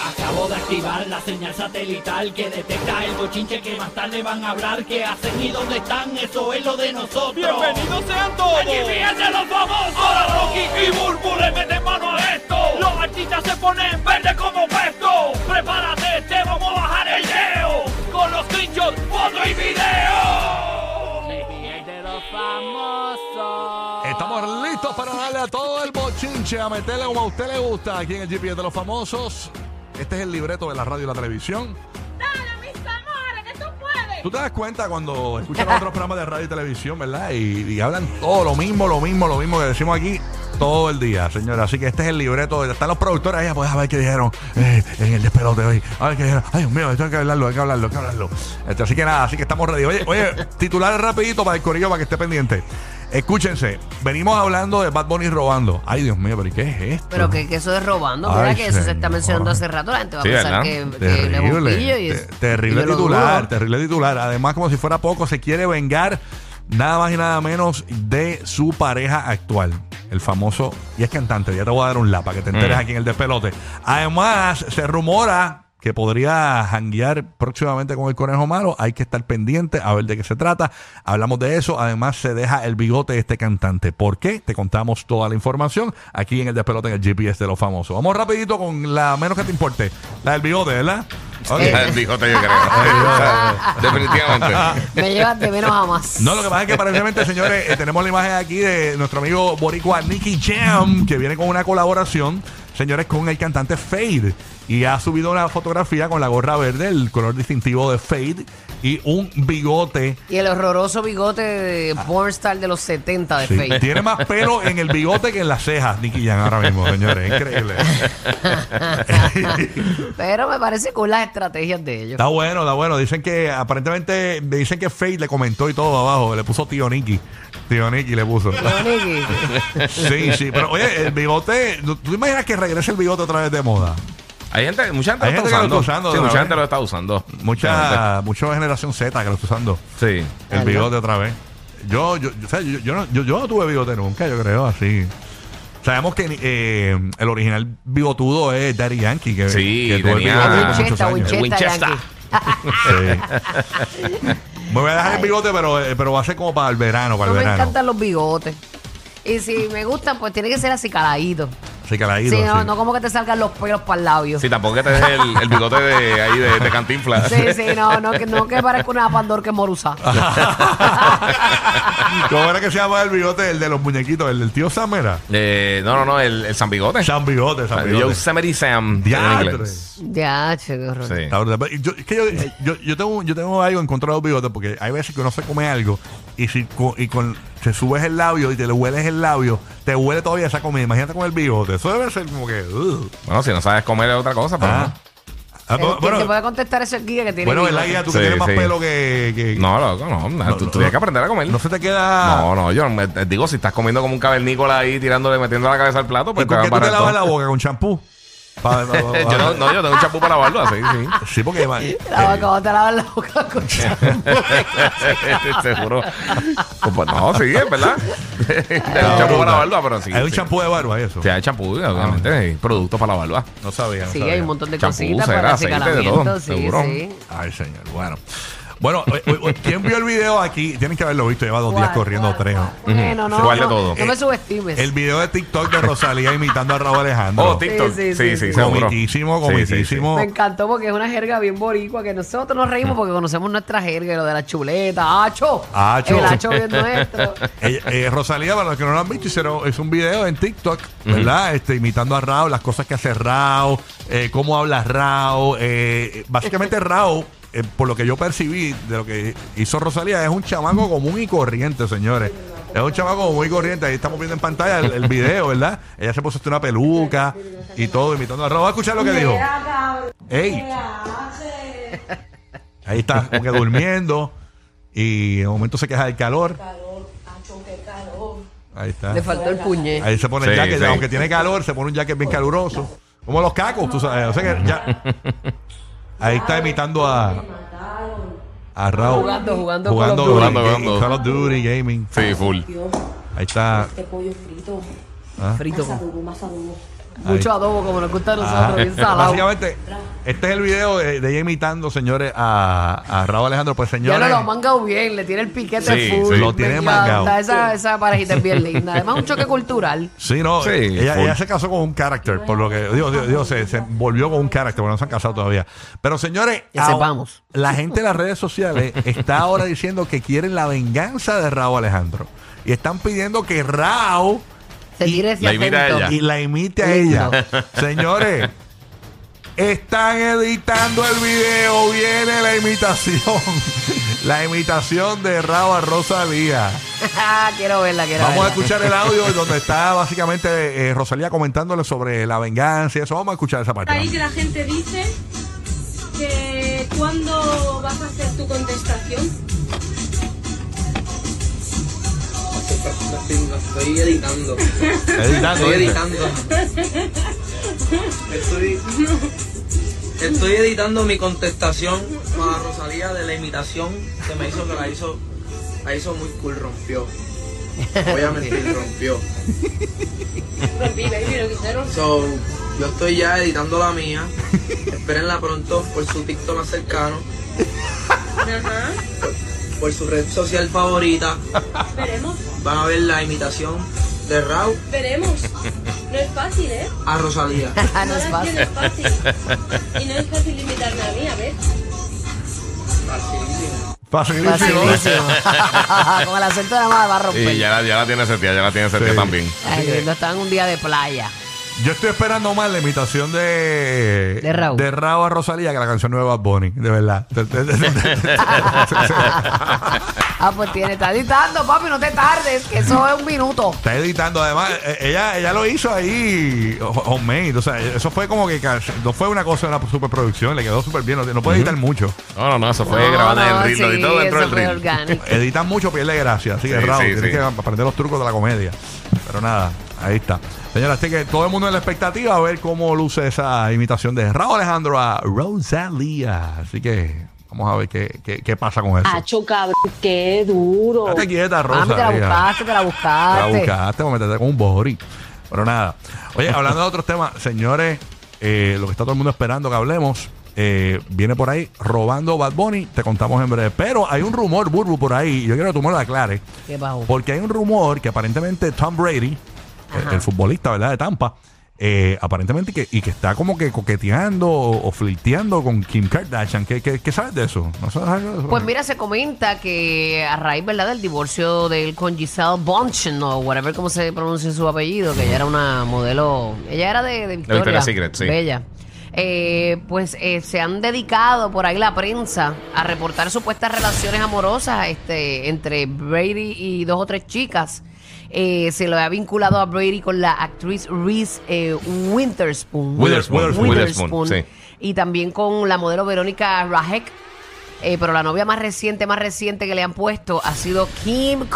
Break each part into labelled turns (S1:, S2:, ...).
S1: Acabo de activar la señal satelital que detecta el bochinche que más tarde van a hablar. ¿Qué hacen y dónde están? Eso es lo de nosotros.
S2: ¡Bienvenidos sean todos!
S1: ¡Aquí fíjense los famosos!
S2: Ahora Rocky y Burbu le meten mano a esto.
S1: Los artistas se ponen verde como pesto. Prepárate, te vamos a bajar el leo. Con los trinchos, foto y video.
S3: de los famosos.
S4: Estamos listos para darle a todo el bochinche, a meterle como a usted le gusta aquí en el GPS de los famosos. Este es el libreto de la radio y la televisión.
S5: Dale, mis amores, que tú puedes.
S4: Tú te das cuenta cuando escuchas los otros programas de radio y televisión, ¿verdad? Y, y hablan todo lo mismo, lo mismo, lo mismo que decimos aquí todo el día, señora. Así que este es el libreto. Están los productores ahí, pues a ver qué dijeron eh, en el despelote hoy. A ver qué dijeron. Ay, Dios mío, esto hay que hablarlo, hay que hablarlo, hay que hablarlo. Este, así que nada, así que estamos ready. Oye, oye titular rapidito para el corillo, para que esté pendiente. Escúchense, venimos hablando de Bad Bunny robando. Ay, Dios mío, pero ¿y ¿qué es esto?
S3: Pero que, que eso es robando,
S4: Ay,
S3: ¿verdad? Que eso se está
S4: señor.
S3: mencionando hace rato. La gente va a
S2: Sí,
S3: pensar
S2: ¿verdad?
S3: que, que le bombillo y
S4: Terrible.
S3: es-
S4: te- Terrible
S3: y yo lo
S4: titular,
S3: dudo.
S4: terrible titular. Además, como si fuera poco, se quiere vengar nada más y nada menos de su pareja actual. El famoso, y es cantante, ya te voy a dar un la para que te enteres aquí en el despelote. Además, se rumora que podría janguear próximamente con el Conejo Malo. Hay que estar pendiente a ver de qué se trata. Hablamos de eso. Además, se deja el bigote de este cantante. ¿Por qué? Te contamos toda la información aquí en el despelote en el GPS de los famosos. Vamos rapidito con la menos que te importe. La del bigote, ¿verdad? Ok.
S2: Ah, El bigote, yo creo. O sea, Definitivamente.
S3: Me llevas de menos a más.
S4: No, lo que pasa es que aparentemente, señores, eh, tenemos la imagen aquí de nuestro amigo boricua Nicky Jam, que viene con una colaboración, señores, con el cantante Fade. Y ha subido una fotografía con la gorra verde, el color distintivo de Fade, y un bigote.
S3: Y el horroroso bigote de pornstar de los 70 de
S4: Sí,
S3: Facebook.
S4: Tiene más pelo en el bigote que en las cejas, Nicky Jam, ahora mismo, señores. Increíble.
S3: Pero me parece cool las estrategias de ellos.
S4: Está bueno, está bueno. Dicen que aparentemente me dicen que Fade le comentó y todo abajo. Le puso tío Nicky. Tío Nicky le puso.
S3: Pero, Nicky,
S4: Sí, sí, pero oye, el bigote, ¿tú tú imaginas que regrese el bigote otra vez de moda?
S2: Hay gente, mucha gente,
S4: Hay
S2: lo,
S4: gente
S2: está
S4: que lo está usando
S2: usando. Sí,
S4: otra
S2: mucha
S4: vez.
S2: gente lo está usando.
S4: Mucha, mucha generación Z que lo está usando,
S2: Sí.
S4: el
S3: Ajá.
S4: bigote otra vez. Yo, yo, yo, o sea, yo, yo no, yo, yo no tuve bigote nunca, yo creo, así. Sabemos que eh, el original bigotudo es Daddy Yankee, que,
S2: Sí,
S4: que tuvo el
S2: tenía-
S4: bigote por muchos
S3: Winchester,
S4: años.
S3: Winchester,
S2: Winchester.
S3: Yankee.
S4: Sí. Me voy a dejar el bigote, pero, eh, pero va a ser como para el verano, para el
S3: No me
S4: verano.
S3: encantan los bigotes. Y si me gustan, pues tiene que ser así caladitos.
S4: Así que la
S3: Sí,
S4: ido,
S3: no,
S4: sí.
S3: no como que te salgan los pelos para el labio.
S2: Sí, tampoco que te deje el, el bigote de ahí de, de cantinflas.
S3: Sí, sí, no, no que, no que parezca una pandor que morusa.
S4: ¿Cómo era que se llama el bigote? El de los muñequitos, el del tío Samera.
S2: Eh, no, no, no, el, el San Bigote.
S4: San Bigote, San Bigote.
S2: Yosemite Sam. en
S4: Diantre.
S2: inglés.
S3: Ya, che, qué horror.
S2: Sí.
S4: La verdad, pero yo, es que yo, yo, yo tengo, yo tengo algo en contra de los bigotes porque hay veces que uno se come algo y si co- y con, te subes el labio y te le hueles el labio, te huele todavía esa comida. Imagínate con el bigote. Eso debe ser como que. uh.
S2: Bueno, si no sabes comer es otra cosa, pues, pero
S4: Ah. Ah,
S3: El-
S4: pero-
S3: quien te
S4: bueno,
S3: puede contestar eso es Guille que tiene
S4: bueno,
S3: bigote.
S4: ¿verdad, Guía? Tú que
S2: Sí,
S4: tienes más
S2: sí.
S4: pelo que. que-
S2: no. No, loco, no. no, tú,
S4: no,
S2: tú tienes
S4: no.
S2: que aprender a comer.
S4: No Ah.
S2: No,
S4: se te queda.
S2: no, yo me- te digo, si estás comiendo como un cavernícola ahí tirándole, metiendo la cabeza al plato,
S4: ¿Y
S2: pues
S4: con
S2: va
S4: qué
S2: a
S4: tú te
S2: parar
S4: lavas la
S2: todo.
S4: boca? ¿Con champú? Pa- pa- pa-
S2: Yo no, no, yo tengo un chapú para lavarlo así, sí.
S4: Sí, porque. va- eh,
S3: La boca, vos te lavas la boca con
S2: Seguro. Pues, pues, no, sí, es verdad. Hay un champú para la barba, pero sí.
S4: Hay un
S2: sí.
S4: champú Ah. de barba, y eso.
S2: Sí, hay champú, obviamente. hay productos para ah. la barba.
S4: No sabía. no
S3: Sí,
S4: sabía.
S3: hay un montón de
S2: Champú,
S3: cositas
S2: cera,
S3: para
S2: aceite,
S3: acicalamiento,
S2: todo,
S3: sí,
S2: seguro.
S3: sí.
S4: Ay, señor. Bueno. Bueno, oye, oye, oye, ¿quién vio el video aquí? Tienen que haberlo visto. Lleva dos días
S3: Guau,
S4: corriendo
S3: guau,
S4: tres.
S3: guau. Bueno,
S2: Ujú.
S3: no,
S2: Guarda
S3: no,
S2: todo.
S3: no me
S4: Eh,
S3: subestimes.
S4: El video de TikTok de Rosalía imitando a Raúl Alejandro.
S2: Oh, TikTok.
S3: Sí, sí,
S2: Sí, sí,
S3: sí, sí.
S2: seguro.
S4: comiquísimo,
S2: Sí, sí, sí.
S4: comiquísimo.
S3: Me encantó porque es una jerga bien boricua que nosotros nos
S4: Mm.
S3: reímos porque conocemos nuestra jerga, lo de la chuleta, hacho.
S4: Acho.
S3: El hacho bien nuestro.
S4: Eh, eh, Rosalía, para los que no lo han visto, hicieron, es un video en TikTok, ¿verdad? Este, imitando a Rao, las cosas que hace Rao, eh, cómo habla Rao. eh, básicamente Rao, eh, por lo que yo percibí de lo que hizo Rosalía, es un chamaco común y corriente, señores. Es un chamaco muy corriente. Ahí estamos viendo en pantalla el, el video, ¿verdad? Ella se puso hasta una peluca y todo, imitando a Rao. Va a escuchar lo que dijo. ¡Ey! Ahí está, como que durmiendo. Y en un momento se queja del calor. Ahí está.
S3: Le faltó el puñe.
S4: Ahí se pone el
S2: Sí,
S4: jacket,
S2: sí.
S4: aunque tiene calor, se pone un jacket bien caluroso. Como los cacos, tú sabes. O sea que ya. Ahí está imitando a. A Raúl.
S3: Jugando, jugando con
S4: Jugando,
S3: los duros.
S2: Jugando,
S4: Gaming,
S2: jugando.
S4: Call of Duty Gaming.
S2: Sí, full.
S4: Ahí está.
S6: Este pollo frito.
S3: Frito.
S6: Más adobo, más adobo.
S3: Mucho adobo, como nos gusta a nosotros, bien salado.
S4: Ah. Básicamente, este es el video de, de ella imitando, señores, a, a Raúl Alejandro. Pues,
S3: Ya
S4: señores.
S3: lo, lo han mangado bien, le tiene el piquete
S2: Sí,
S3: full.
S2: sí.
S4: Lo
S3: me
S4: tiene
S3: encanta,
S4: mangado.
S3: Esa, esa parejita es bien linda. Además, un choque cultural.
S4: Sí, no. eh,
S2: Sí,
S4: ella,
S2: full.
S4: ella se casó con un carácter, por lo que. Dios, Dios, Dios, se, se volvió con un carácter, porque no se han casado todavía. Pero señores,
S3: Que sepamos.
S4: la gente de las redes sociales está ahora diciendo que quieren la venganza de Raúl Alejandro. Y están pidiendo que Raúl
S3: Se
S4: Y-
S3: tira ese
S2: La imita
S3: acento.
S2: ella.
S4: y la imite a ella. Señores, están editando el video. Viene la imitación. La imitación de Raúl a Rosalía.
S3: Ah, quiero verla, quiero
S4: Vamos a
S3: verla.
S4: escuchar el audio donde está básicamente eh, Rosalía comentándole sobre la venganza y eso. Vamos a escuchar esa parte.
S6: Ahí que la gente dice que cuándo vas a hacer tu contestación.
S7: La estoy, la estoy editando.
S4: Editando.
S7: Estoy
S4: ¿viste?
S7: editando. Estoy, estoy editando mi contestación para Rosalía de la imitación que me hizo que la hizo, la hizo muy cool, rompió. Voy a mentir, rompió.
S6: Rompí, baby, lo quitaron.
S7: So, yo estoy ya editando la mía. Espérenla pronto por su TikTok más cercano,
S6: Ajá.
S7: por su red social favorita.
S6: Veremos,
S7: Van a ver la imitación de Raúl
S6: veremos. No es fácil, ¿eh?
S7: a Rosalía.
S3: Ah, no es
S6: la
S3: fácil.
S6: tienes fácil. Y no es fácil invitarme a mí, a ver.
S7: Facilísimo.
S4: Facilísimo.
S3: Facilísimo. Con el acento de la madre va a romper.
S2: Y ya la, ya la tiene setía, ya la tiene setía
S4: Sí.
S2: también.
S3: Ay, qué lindo, estaban un día de playa.
S4: Yo estoy esperando más la imitación de,
S3: De Raúl.
S4: Raúl a Rosalía que la canción nueva de Bad Bunny, de verdad.
S3: Ah, pues tiene, está editando, papi, no te tardes, que eso es un minuto.
S4: Está editando, además, eh, ella, ella lo hizo ahí ho- homemade. O sea, eso fue como que ca- no fue una cosa de una superproducción, le quedó súper bien. No, no puede editar mucho.
S2: No, no, no, eso fue
S3: No,
S2: grabando en
S3: no,
S2: el reel, lo
S3: sí,
S2: editó dentro
S3: eso
S2: del
S3: fue
S2: reel.
S3: orgánico.
S4: Editan mucho, pierde gracia. Así que
S2: Sí,
S4: Raúl,
S2: sí,
S4: tienes
S2: sí.
S4: que aprender los trucos de la comedia. Pero nada, ahí está. Señora, así que todo el mundo en la expectativa a ver cómo luce esa imitación de Raúl Alejandro a Rosalía. Así que vamos a ver qué, qué, qué pasa con eso.
S8: Acho, cabrón, qué duro.
S4: Estate quieta, Rosa.
S3: Mami, te la
S4: mira.
S3: buscaste, te la
S4: Te la
S3: buscaste.
S4: buscaste, me metiste con un bori. Pero nada. Oye, hablando de otros temas, señores, eh, lo que está todo el mundo esperando que hablemos, eh, viene por ahí robando Bad Bunny. Te contamos en breve. Pero hay un rumor, Burbu, por ahí. Yo quiero que tú me lo aclares.
S3: ¿Qué pasó?
S4: Porque hay un rumor que aparentemente Tom Brady, eh, el, el futbolista, ¿verdad? De Tampa, eh, aparentemente que, y que está como que coqueteando o, o flirteando con Kim Kardashian. ¿Qué, qué, qué sabes de eso? ¿No sabes algo de eso?
S3: Pues mira, se comenta que a raíz, ¿verdad?, del divorcio de él con Giselle Bunchen o whatever como se pronuncia su apellido, que ella era una modelo, ella era de, de Victoria,
S2: Victoria's Secret, sí.
S3: Bella. Eh, pues eh, se han dedicado por ahí la prensa a reportar supuestas relaciones amorosas este, entre Brady y dos o tres chicas. Eh, se lo ha vinculado a Brady con la actriz Reese eh, Witherspoon.
S2: Witherspoon,
S3: Witherspoon,
S2: Witherspoon, sí.
S3: Y también con la modelo Verónica Rajek. Eh, pero la novia más reciente, más reciente que le han puesto ha sido Kim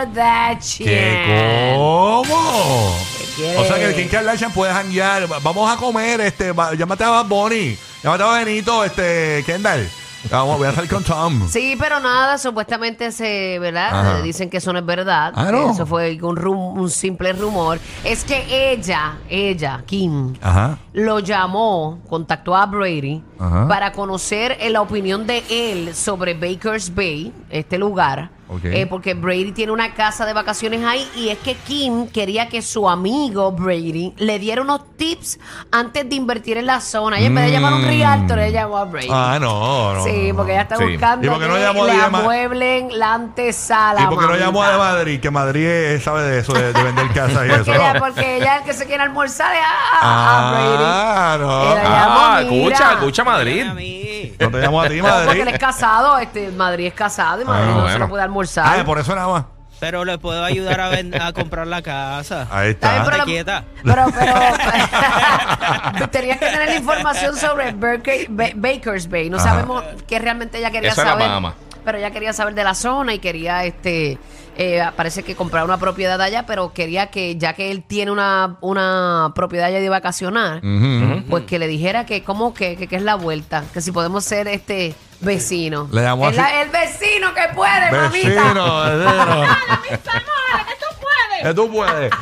S3: Kardashian.
S4: ¿Qué? ¿Cómo?
S3: ¿Qué
S4: O sea que
S3: quieres?
S4: Kim Kardashian puede janguear. Va- Vamos a comer, este, va- llámate a Bad Bunny, llámate a Benito, este, Kendall. Vamos, voy a salir con Tom.
S3: Sí, pero nada, supuestamente se, ¿verdad?
S4: Ajá.
S3: Eh, Dicen que eso no es verdad.
S4: Ah, no.
S3: Eso fue un, rum- un simple rumor. Es que ella, ella, Kim,
S4: Ajá.
S3: lo llamó, contactó a Brady
S4: Ajá.
S3: para conocer eh, la opinión de él sobre Baker's Bay, este lugar.
S4: Ok.
S3: Eh, porque Brady tiene una casa de vacaciones ahí y es que Kim quería que su amigo Brady le diera unos tips antes de invertir en la zona. Y en vez de llamar a un
S4: Mm.
S3: realtor, ella llamó a Brady.
S4: Ah, no, no.
S3: Sí,
S4: no,
S3: porque ella
S4: no.
S3: está
S2: Sí.
S3: buscando
S4: ¿Y por qué no
S3: que
S4: llamó a
S3: le
S4: Diana Ma-
S3: amueblen la antesala.
S4: Y porque no llamó a
S3: mamita.
S4: Madrid, que Madrid eh, sabe de eso, de, de vender casa y eso.
S3: Porque ella,
S4: ¿no?
S3: porque ella el que se quiere almorzar es a, a Ah, Brady.
S4: Ah,
S3: Era
S4: no.
S3: ya-
S2: Ah,
S3: Vamos, mira.
S2: escucha, escucha Madrid.
S4: No te llamó a ti,
S3: No, porque
S4: Madrid.
S3: él es casado, este, Madrid es casado y Madrid no se
S2: bueno.
S3: lo puede almorzar.
S4: Ah, por eso nada más.
S9: Pero le puedo ayudar a, ven- a comprar la casa.
S4: Ahí
S3: Está bien,
S4: está.
S3: pero, la-
S9: quieta.
S3: pero, pero tenías que tener la información sobre Baker- Ba- Baker's Bay. No
S4: Ajá.
S3: sabemos qué realmente ella quería
S2: Eso era
S3: saber.
S2: Bahama.
S3: Pero ella quería saber de la zona y quería, este, eh, parece que comprar una propiedad allá, pero quería que, ya que él tiene una, una propiedad allá de vacacionar, pues que le dijera que cómo que, que, que es la vuelta, que si podemos ser este vecino.
S4: Le llamó
S3: Es la-
S4: así.
S3: el vecino que puede, mamita.
S4: Vecino, vecino.
S5: mis amores, que tú puedes.
S4: Que tú puedes.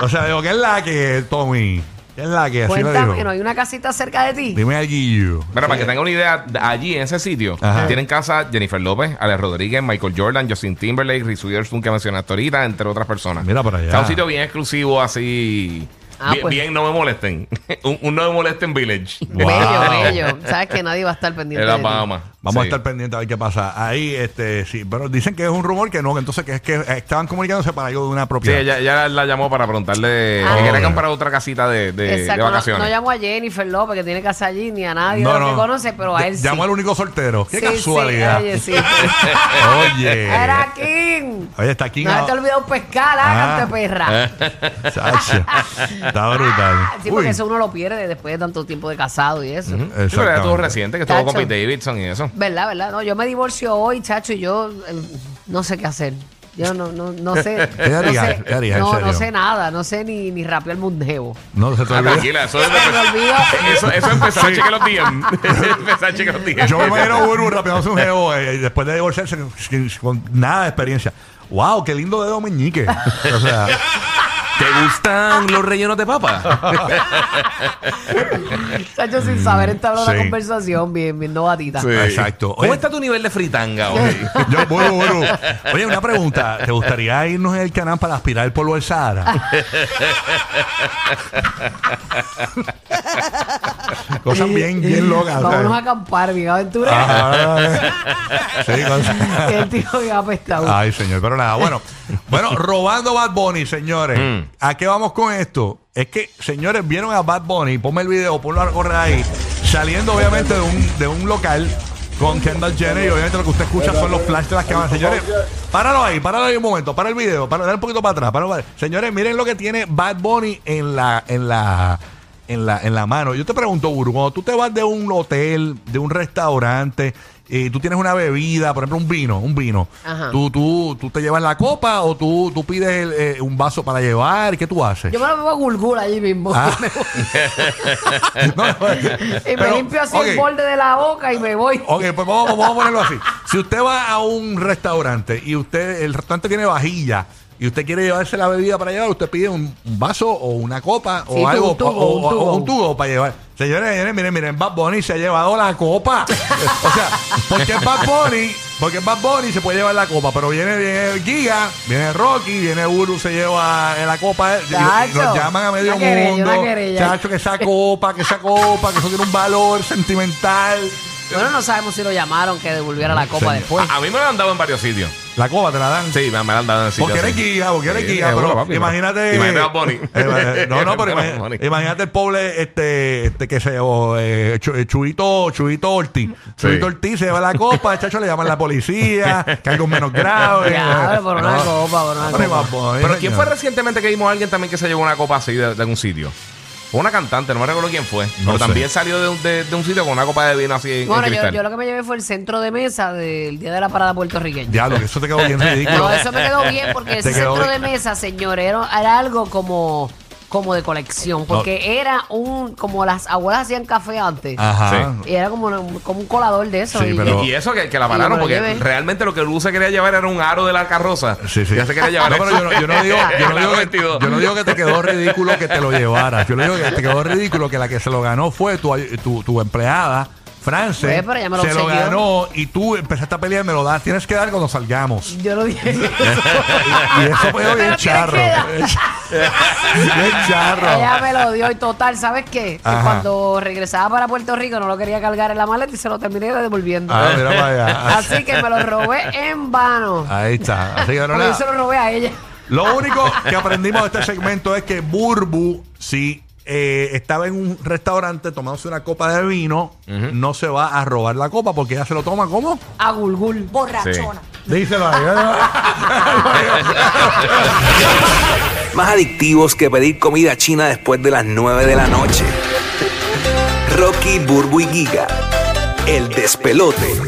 S4: O sea, digo, que es la que, Tommy? ¿Qué es la que? Así lo
S3: Cuéntame,
S4: dijo.
S3: ¿no hay una casita cerca de ti?
S4: Dime al guillo.
S2: Mira, para que tengan una idea, de- allí en ese sitio
S4: Ajá.
S2: tienen casa Jennifer López, Alex Rodríguez, Michael Jordan, Justin Timberlake, Reese Witherspoon que mencionaste ahorita, entre otras personas.
S4: Mira para allá.
S2: O sea, un sitio bien exclusivo, así.
S3: Ah,
S2: bien,
S3: pues.
S2: bien no me molesten. un, un no me molesten village.
S4: Wow.
S3: Bello, bello. Sabes que nadie va a estar pendiente
S2: En las
S3: de ti.
S2: Bahamas.
S4: Vamos
S2: Sí.
S4: a estar pendientes a ver qué pasa. Ahí, este, sí, pero dicen que es un rumor que no, que entonces que es que estaban comunicándose para algo de una
S2: Sí,
S4: propiedad.
S2: ella, ella la llamó para preguntarle
S3: Ah.
S2: que quería comprar otra casita de, de- de
S3: Exacto, no-
S2: vacaciones.
S3: no, llamó a Jennifer López, que tiene casa allí, ni a nadie
S4: No,
S3: de los
S4: no.
S3: que conoce, pero a él sí.
S4: Llamó al único soltero. Qué
S3: Sí, sí,
S4: casualidad. Eh,
S3: oye, sí.
S4: Oye.
S3: Era King.
S4: Oye, está King
S3: No se
S4: ahora.
S3: te olvidó pescar, hágate,
S4: Ah.
S3: perra.
S4: Chacho, Está brutal.
S3: Sí,
S4: Uy.
S3: porque eso uno lo pierde después de tanto tiempo de casado y eso.
S2: Sí, pero ella estuvo
S4: Exactamente.
S2: reciente, que estuvo con
S3: Tacho.
S2: Pete Davidson y eso.
S3: ¿Verdad, verdad? No, yo me divorcio hoy, chacho, y yo eh, no sé qué hacer. Yo no, no, no sé. no,
S4: harías?
S3: sé
S4: ¿Qué harías, en
S3: no, no
S4: serio?
S3: sé nada, no sé ni, ni rapear mundebo.
S4: No se te
S2: Ah,
S4: olvide.
S2: tranquila, eso es
S3: Me olvido.
S2: Eso, eso empezó a chequear los DM. empezó a chequear los DM.
S4: Yo me imagino a Burbu rapeándose un jevo eh, después de divorciarse sin- con nada de experiencia. ¡Wow! ¡Qué lindo dedo meñique! O sea,
S2: ¿Te gustan los rellenos de papa?
S3: Chacho, sin saber entablar
S4: Mm, sí.
S3: una conversación bien, bien novatita.
S4: Exacto.
S2: ¿Cómo
S4: Oye.
S2: está tu nivel de fritanga hoy?
S4: yo, Burbu, Burbu. Oye, una pregunta. ¿Te gustaría irnos en el canal para aspirar el polvo del Sahara? Cosas bien, bien locas. o sea.
S3: Vámonos a acampar, bien aventurera.
S4: Ah, sí, Ah. cosas-
S3: el tío que ha apestado.
S4: Ay, señor, pero nada, bueno. Bueno, robando Bad Bunny, señores.
S2: Mm.
S4: ¿A qué vamos con esto? Es que, señores, vieron a Bad Bunny, ponme el video, ponlo a correr ahí, saliendo obviamente de un, de un local con Kendall Jenner y obviamente lo que usted escucha son los flash de las cámaras. Señores, páralo ahí, páralo ahí un momento, para el video, para dar un poquito para atrás. páralo para- Señores, miren lo que tiene Bad Bunny en la... En la en la, en la mano. Yo te pregunto, Burgo, cuando tú te vas de un hotel, de un restaurante, y tú tienes una bebida, por ejemplo, un vino, un vino,
S3: Ajá.
S4: tú, tú, tú te llevas la copa o tú, tú pides el, eh, un vaso para llevar, ¿qué tú haces?
S3: Yo me lo bebo a gulgul allí mismo.
S4: Ah.
S3: Me voy.
S4: No, no,
S3: y me
S4: pero,
S3: limpio así
S4: ok,
S3: el borde de la boca y me voy.
S4: Ok, pues vamos, vamos a ponerlo así. Si usted va a un restaurante y usted, el restaurante tiene vajilla y usted quiere llevarse la bebida para llevar, usted pide un, un vaso o una copa
S3: Sí,
S4: o algo
S3: un tubo,
S4: o- o-
S3: un
S4: o-
S3: tubo.
S4: o un tubo para llevar. Señores, señores, miren, miren, Bad Bunny se ha llevado la copa. o sea, porque Bad Bunny, porque Bad Bunny se puede llevar la copa, pero viene, viene Giga, viene Rocky, viene Uru, se lleva eh, la copa. y- y
S3: Chacho,
S4: Nos llaman a medio
S3: una querella,
S4: mundo.
S3: una querella.
S4: Chacho, que esa copa, que esa copa, que eso tiene un valor sentimental.
S3: Bueno, no sabemos si lo llamaron que devolviera la copa
S4: Señor.
S3: después.
S2: A, a mí me lo han dado en varios sitios.
S4: Ah, La copa te la dan.
S2: Sí, me, me lo han dado en sitios.
S4: Porque eres
S2: así.
S4: guía, porque eres
S2: Sí,
S4: guía,
S2: seguro,
S4: pero
S2: papi,
S4: imagínate.
S2: Imagínate a Bonnie.
S4: Eh, no, no,
S2: Imagínate
S4: pero
S2: a
S4: imagi-
S2: Bonnie.
S4: imagínate el pobre, este, este que se o, eh, Chu- eh, Chuito, Chuito Ortiz. Chuito Ortiz se lleva la copa, el chacho le llaman la policía, que algo menos grave.
S3: Ya, por una
S4: No.
S3: copa, por una
S4: Hombre,
S3: copa.
S4: papo, eh,
S2: Pero ¿quién fue
S4: señor.
S2: recientemente que vimos a alguien también que se llevó una copa así de, de algún sitio? Fue una cantante, no me recuerdo quién fue. pero
S4: sé.
S2: también salió de un, de- de un sitio con una copa de vino así en, en
S3: Bueno, yo,
S2: cristal.
S3: yo lo que me llevé fue el centro de mesa del día de la parada puertorriqueña.
S4: Diablo, que eso te quedó bien ridículo.
S3: No, eso me quedó bien porque ese
S4: Te quedó
S3: centro de
S4: bien.
S3: mesa, señores, era, era algo como, como de colección. Porque era un. Como las abuelas hacían café antes.
S4: Ajá.
S3: Y era como, una- como un colador de eso.
S4: Ah. Sí,
S3: y-
S4: pero-
S2: Y, y eso que, que la
S3: Y yo me
S2: pararon,
S3: lo
S2: porque
S3: llevé.
S2: realmente lo que Luz se quería llevar era un aro de la carroza.
S4: Sí, sí.
S2: Ya se quería llevar.
S4: No, pero
S2: eso.
S4: yo no, yo no digo, yo no
S2: El
S4: digo
S2: aro
S4: que,
S2: 22.
S4: yo no digo que te quedó ridículo que te lo llevaras. Yo le digo que te quedó ridículo que la que se lo ganó fue tu, tu, tu empleada, France.
S3: Pues, pero ella me lo
S4: se lo
S3: obsequió.
S4: ganó y tú empezaste a pelear y me lo das. Tienes que dar cuando salgamos.
S3: Yo lo dije.
S4: Y eso fue bien
S3: Pero tienes que
S4: charro.
S3: dar.
S4: bien
S3: Ella
S4: charro.
S3: me lo dio y total, ¿sabes qué? Que
S4: Ajá.
S3: cuando regresaba para Puerto Rico no lo quería cargar en la maleta y se lo terminé devolviendo.
S4: Ah, mira para allá.
S3: Así que me lo robé en vano.
S4: Ahí está. Así que no,
S3: Porque
S4: nada.
S3: yo se lo robé a ella.
S4: Lo único que aprendimos de este segmento es que Burbu, si eh, estaba en un restaurante tomándose una copa de vino, no se va a robar la copa porque ella se lo toma como.
S3: A Gulgul. Borrachona.
S4: Díselo ahí. ¿eh?
S10: Más adictivos que pedir comida china después de las 9 de la noche. Rocky, Burbu y Giga. El despelote.